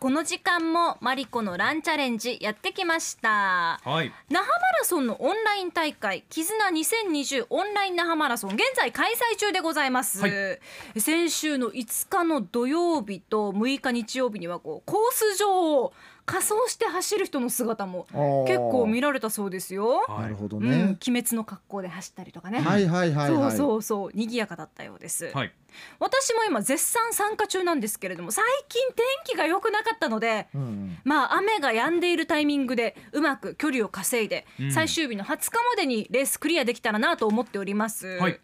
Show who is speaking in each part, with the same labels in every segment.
Speaker 1: この時間もマリコのランチャレンジやってきました
Speaker 2: はい。
Speaker 1: 那覇マラソンのオンライン大会「絆2020オンライン那覇マラソン」現在開催中でございます、
Speaker 2: は
Speaker 1: 先週の5日の土曜日と6日日曜日にはこうコース上を仮装して走る人の姿も結構見られたそうですよ。
Speaker 2: は
Speaker 3: ないるほど
Speaker 1: うん、鬼
Speaker 3: ね、
Speaker 1: 滅の格好で走ったりとかね、
Speaker 3: はいはいはいはい
Speaker 1: そうそうそう賑やかだったようです、
Speaker 2: はい。
Speaker 1: 私も今絶賛参加中なんですけれども最近天気が良くなかったので
Speaker 3: うんうん
Speaker 1: まあ雨が止んでいるタイミングでうまく距離を稼いで、
Speaker 2: うん
Speaker 1: 最終日の20日までにレースクリアできたらなと思っております、
Speaker 2: はい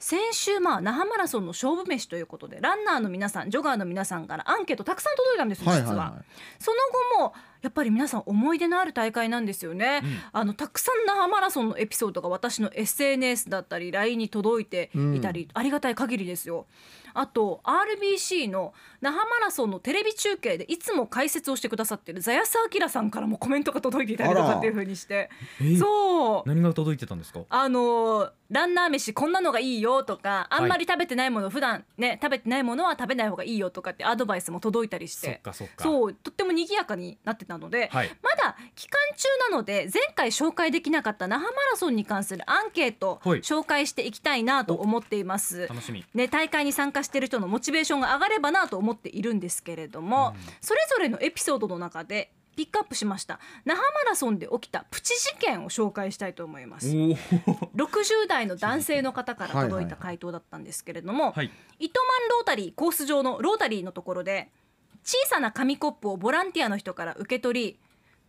Speaker 1: 先週まあ那覇マラソンの勝負飯ということでランナーの皆さんジョガーの皆さんからアンケートたくさん届いたんですよ実は、
Speaker 3: はいはいは
Speaker 1: その後もやっぱり皆さん思い出のある大会なんですよね、
Speaker 2: うん
Speaker 1: あのたくさん那覇マラソンのエピソードが私の SNS だったり LINE に届いていたり、ありがたい限りですよあと RBC の那覇マラソンのテレビ中継でいつも解説をしてくださってるザヤスアキラさんからもコメントが届いていたりと
Speaker 3: あ
Speaker 1: からっていう風に して
Speaker 2: え ー
Speaker 1: そう
Speaker 2: 何が届いてたんですか。
Speaker 1: あのーランナー飯こんなのがいいよとかあんま
Speaker 2: は
Speaker 1: り食べてないもの、普段ね食べてないものは食べない方がいいよとかってアドバイスも届いたりし
Speaker 2: そってかそっか。う。
Speaker 1: そうとっても賑やかになってたので、
Speaker 2: はい。
Speaker 1: まだ期間中なので前回紹介できなかった那覇マラソンに関するアンケート
Speaker 2: はい
Speaker 1: 紹介していきたいなと思っています。
Speaker 2: 楽しみ。
Speaker 1: ね、大会に参加している人のモチベーションが上がればなと思っているんですけれども、
Speaker 2: うん
Speaker 1: それぞれのエピソードの中でピックアップしました那覇マラソンで起きたプチ事件を紹介したいと思います
Speaker 2: おお。
Speaker 1: 60代の男性の方から
Speaker 3: はい
Speaker 1: 届
Speaker 3: はいい
Speaker 1: た
Speaker 3: はい
Speaker 1: 回答だったんですけれども、
Speaker 2: はい。
Speaker 1: 糸満ロータリーコース上のロータリーのところで小さな紙コップをボランティアの人から受け取り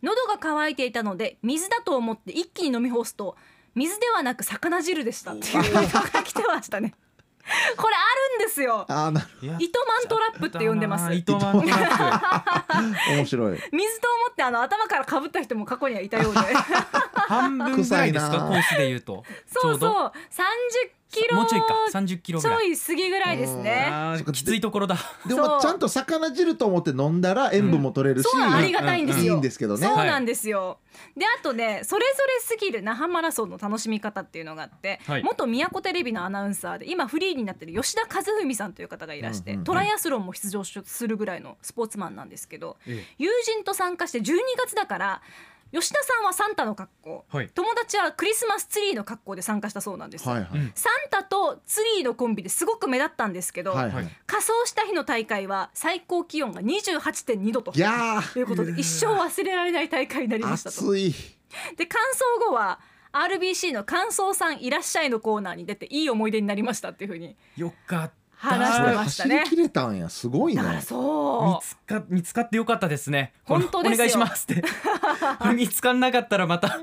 Speaker 1: 喉が渇いていたので水だと思って一気に飲み干すと水ではなく魚汁でしたっていうのが来てましたねこれあるんですよ
Speaker 3: あーな
Speaker 2: や
Speaker 1: 糸満トラップって呼んでます水と
Speaker 2: 糸満トラップ。
Speaker 3: 面白い
Speaker 1: 思ってあの頭からかぶった人も過去にはいたよ うで
Speaker 2: 半分ぐらいです
Speaker 3: 臭い
Speaker 2: か
Speaker 3: な
Speaker 2: コースで言うと。
Speaker 1: そう
Speaker 2: ちょう
Speaker 1: そう30キ
Speaker 2: ど。
Speaker 1: ロ
Speaker 2: もうちょいか。三十キロぐ
Speaker 1: ちょ
Speaker 2: らい。
Speaker 1: い過ぎぐらいですね
Speaker 2: あ
Speaker 3: そっ
Speaker 2: ー
Speaker 3: か
Speaker 2: きついところだ。
Speaker 3: でもまあちゃんと魚汁と思って飲んだら塩分も取れるし、
Speaker 1: そうなのありがたいんですよ、
Speaker 3: いいんですけどね
Speaker 1: そうなんですよ、であとねそれぞれすぎる那覇マラソンの楽しみ方っていうのがあって、
Speaker 2: はい
Speaker 1: 元宮古テレビのアナウンサーで今フリーになってる吉田和文さんという方がいらして、
Speaker 3: うんうんうん
Speaker 1: トライアスロンも出場するぐらいのスポーツマンなんですけど
Speaker 2: え
Speaker 1: 友人と参加して12月だから吉田さんはサンタの格好
Speaker 2: えはい。
Speaker 1: 友達はクリスマスツリーの格好で参加したそうなんですよ、
Speaker 3: はいは
Speaker 2: う
Speaker 3: い、
Speaker 2: ん。
Speaker 1: サンタとツリーのコンビですごく目立ったんですけど、
Speaker 3: はい
Speaker 2: は
Speaker 3: はいい、
Speaker 1: 仮装した日の大会は最高気温が28.2度と
Speaker 3: いや
Speaker 1: ということで一生忘れられない大会になり
Speaker 3: ー
Speaker 1: ましたと。
Speaker 3: 暑い
Speaker 1: で完走後は RBC の「感想さんいらっしゃい」のコーナーに出ていい思い出になりましたっていうふうに
Speaker 2: よかった。
Speaker 1: 話してました
Speaker 3: 走り
Speaker 1: ね。
Speaker 3: 切れたんやすごい
Speaker 1: だか
Speaker 3: な
Speaker 1: ら
Speaker 2: 見
Speaker 1: そう
Speaker 2: つか見つかってよかったですね。
Speaker 1: 本当ですよ
Speaker 2: お願いします って。これ見つかんなかったらまた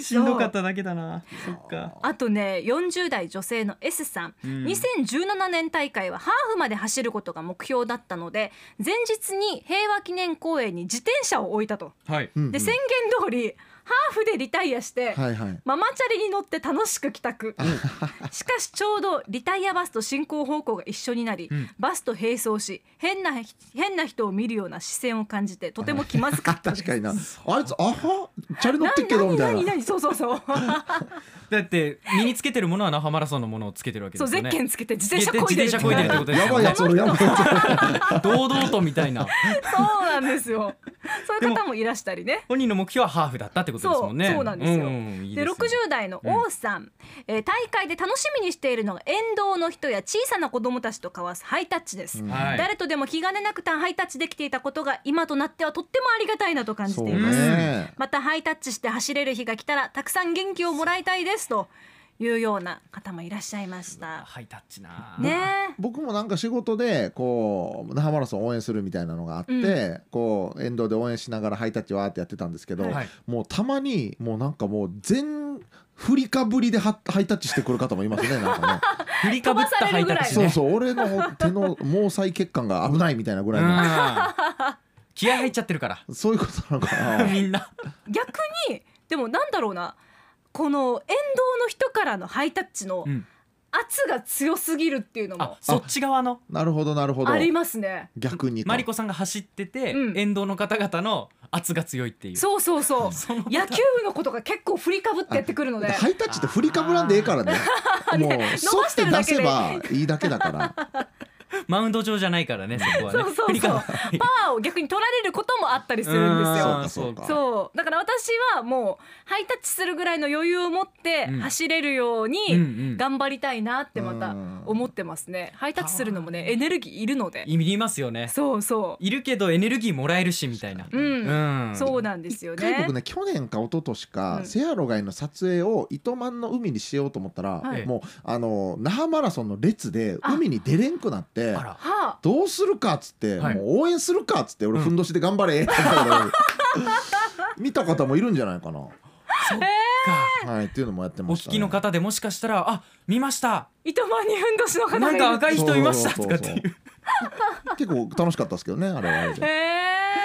Speaker 2: しんどかっただけだな。そっか。
Speaker 1: あとね40代女性の S さん、
Speaker 2: うん
Speaker 1: 2017年大会はハーフまで走ることが目標だったので前日に平和記念公園に自転車を置いたと。
Speaker 2: はい。
Speaker 3: うんうん
Speaker 1: で宣言通りハーフでリタイアして、
Speaker 3: はいはい
Speaker 1: ママチャリに乗って楽しく帰宅しかしちょうどリタイアバスと進行方向が一緒になり、
Speaker 2: うん
Speaker 1: バスと並走し変な変な人を見るような視線を感じてとても気まずかったです
Speaker 3: 確かになあれつあはチャリ乗ってっけ
Speaker 1: 何
Speaker 3: どみたい
Speaker 1: 何
Speaker 3: な
Speaker 1: 何そうそうそう
Speaker 2: だって身につけてるものは那覇マラソンのものをつけてるわけ
Speaker 1: そう
Speaker 2: です
Speaker 1: ゼ
Speaker 2: よね。
Speaker 1: ッケンつけて自転車こいでる
Speaker 2: 自転車漕いでるってことですよね
Speaker 3: やばいやつおるやばいや
Speaker 2: 堂々とみたいな。
Speaker 1: そうなんですよそういう方もいらしたりね
Speaker 2: 本人の目標はハーフだったってことですもんね。
Speaker 1: そうそうなんですよ
Speaker 2: いい
Speaker 1: で
Speaker 2: ですね
Speaker 1: 60代の王さん、えー大会で楽しみにしているのが沿道の人や小さな子供たちと交わすハイタッチです、
Speaker 3: うん
Speaker 2: はい。
Speaker 1: 誰とでも気兼ねなくハイタッチできていたことが今となってはとってもありがたいなと感
Speaker 3: つ
Speaker 1: じ
Speaker 3: そう
Speaker 1: ています、
Speaker 3: ね
Speaker 1: またハイタッチして走れる日が来たらたくさん元気をもらいたいですというような方もいらっしゃいました
Speaker 2: ハイタッチな。
Speaker 1: ね
Speaker 3: 僕もなんか仕事でこう那覇マラソン応援するみたいなのがあって、
Speaker 1: う
Speaker 3: こう沿道で応援しながらハイタッチわーってやってたんですけど、
Speaker 2: はい
Speaker 3: もうたまにもうなんかもう全振りかぶりではハイタッチしてくる方もいますねな んかね
Speaker 2: 振りかぶったハイタッチ
Speaker 3: そう
Speaker 2: ね。
Speaker 3: そう俺の手の毛細血管が危ないみたいなぐらい の、
Speaker 2: うん気合入っちゃってるから。
Speaker 3: そういうことなのかな
Speaker 2: みんな。
Speaker 1: え逆にでもなんだろうなこの沿道の人からのハイタッチの
Speaker 2: うん
Speaker 1: 圧が強すぎるっていうの
Speaker 2: あ
Speaker 1: も、
Speaker 2: そっち側の。
Speaker 3: なるほどなるほど
Speaker 1: ありますね
Speaker 3: 逆にか
Speaker 2: マリコさんが走ってて、
Speaker 1: うん
Speaker 2: 沿道の方々の圧が強いっていう。
Speaker 1: そうそうそう
Speaker 2: その
Speaker 1: 野球部のことが結構振りかぶってやってくるので
Speaker 3: ハイタッチ って振りかぶらんでええからねもう
Speaker 1: 伸ばしてるだけで
Speaker 3: 反って出せばいいだけだから
Speaker 2: マウンド上じゃないからねそこはね
Speaker 1: そうそうそう
Speaker 2: 振り返り
Speaker 1: パワーを逆に取られることもあったりするんですよ。
Speaker 2: あー
Speaker 3: そうかそうか
Speaker 1: そうだから私はもうハイタッチするぐらいの余裕を持って
Speaker 2: うん
Speaker 1: 走れるよう
Speaker 2: うんう
Speaker 1: に
Speaker 2: ん
Speaker 1: 頑張りたいなってまた
Speaker 3: うん
Speaker 1: 思ってますね。ハイタッチするのもねエネルギーいるので。
Speaker 2: いりますよね
Speaker 1: そうそ
Speaker 2: いるけどエネルギーもらえるしみたいな
Speaker 1: う。うん。
Speaker 2: うん
Speaker 1: そうなんですよ
Speaker 3: 一回
Speaker 1: ね
Speaker 3: 僕。ね去年か一昨年か、
Speaker 1: うん
Speaker 3: セアロガイの撮影を糸満の海にしようと思ったら、
Speaker 1: はい
Speaker 3: もうあの那覇マラソンの列で
Speaker 1: あ
Speaker 3: 海に出れんくなって
Speaker 2: あら
Speaker 1: は
Speaker 3: どうするかっつって、
Speaker 2: はい
Speaker 3: もう応援するかっつって俺
Speaker 2: うん
Speaker 3: ふんどしで頑張れって言ったけど、見た方もいるんじゃないかな、
Speaker 2: そっか
Speaker 3: はい、っていうのもやって
Speaker 2: お
Speaker 3: ました、
Speaker 2: 聞きの方でもしかしたらあ見ました
Speaker 1: あ糸満にふんどしの方
Speaker 2: なんか
Speaker 1: がい
Speaker 2: 赤い人いました
Speaker 3: そ
Speaker 2: と
Speaker 3: う
Speaker 2: か
Speaker 3: そ
Speaker 2: っ
Speaker 3: うそう
Speaker 2: て
Speaker 3: そう
Speaker 2: いう
Speaker 3: 結構楽しかったですけどねあれは あれ
Speaker 1: る。
Speaker 3: で
Speaker 1: へ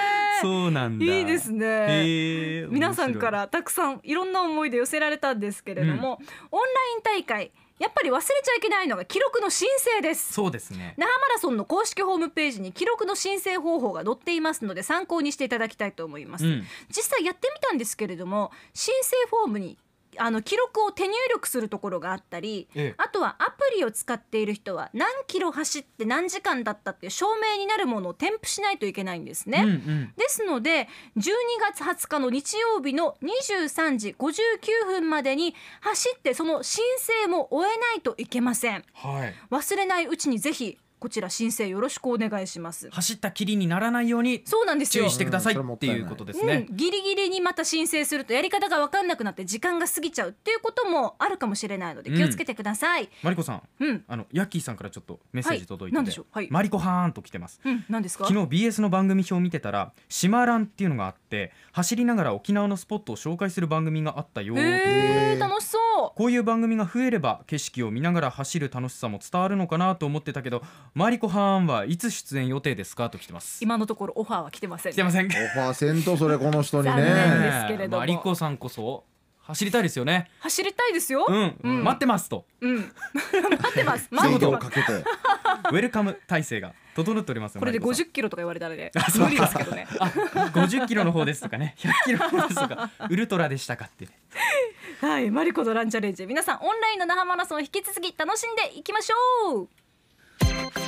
Speaker 1: ー
Speaker 2: そうなんだ
Speaker 1: いいですね。
Speaker 2: へー
Speaker 1: 皆さんからたくさんいろんな思いで寄せられたんですけれども、オンライン大会やっぱり忘れちゃいけないのが記録の申請です
Speaker 2: そうですね
Speaker 1: 那覇マラソンの公式ホームページに記録の申請方法が載っていますので参考にしていただきたいと思います、
Speaker 2: うん
Speaker 1: 実際やってみたんですけれども申請フォームにあの記録を手入力するところがあったり
Speaker 2: ええ
Speaker 1: あとはアプリを使っている人は何キロ走って何時間だったっていう証明になるものを添付しないといけないんですね、
Speaker 2: うんうん
Speaker 1: ですので12月20日の日曜日の23時59分までに走ってその申請も終えないといけません
Speaker 2: はい
Speaker 1: 忘れないうちにぜひこちら申請よろしくお願いします
Speaker 2: 走ったきりにならないように
Speaker 1: そうなんですよ
Speaker 2: 注意してください
Speaker 3: うん
Speaker 2: っていうことです
Speaker 1: うん
Speaker 2: ね、
Speaker 1: ギリギリにまた申請するとやり方が分かんなくなって時間が過ぎちゃうっていうこともあるかもしれないので気をつけてください、
Speaker 2: マリコさん
Speaker 1: うん
Speaker 2: あのヤッキーさんからちょっとメッセージ届いてて、
Speaker 1: はい何でしょうはい
Speaker 2: マリコはーんと来てます
Speaker 1: うん、何ですか
Speaker 2: 昨日 BS の番組表を見てたら「シマラン」っていうのがあって走りながら沖縄のスポットを紹介する番組があったよという
Speaker 1: へー楽しそう
Speaker 2: こういう番組が増えれば景色を見ながら走る楽しさも伝わるのかなと思ってたけどマリコはーんはいつ出演予定ですかと来てます
Speaker 1: 今のところオファーは来てません
Speaker 2: 来てませんか
Speaker 3: オファーせんとそれこの人に
Speaker 1: 残念
Speaker 3: ね
Speaker 1: ですけれども
Speaker 2: マリコさんこそ走りたいですよね
Speaker 1: 走りたいですよ
Speaker 2: うん、
Speaker 1: うん
Speaker 2: 待ってますと
Speaker 1: うん、 待ってます 待
Speaker 3: 制
Speaker 1: って
Speaker 3: 度を
Speaker 1: ます
Speaker 3: かけて
Speaker 2: ウェルカム体制が整っておりますよ
Speaker 1: これで
Speaker 2: マリコさん
Speaker 1: 50キロとか言われたらね
Speaker 2: あそう
Speaker 1: 無理ですけどね
Speaker 2: あ50キロの方ですとかね100キロの方ですとかウルトラでしたかってね
Speaker 1: はいマリコのランチャレンジ皆さんオンラインの那覇マラソン引き続き楽しんでいきましょう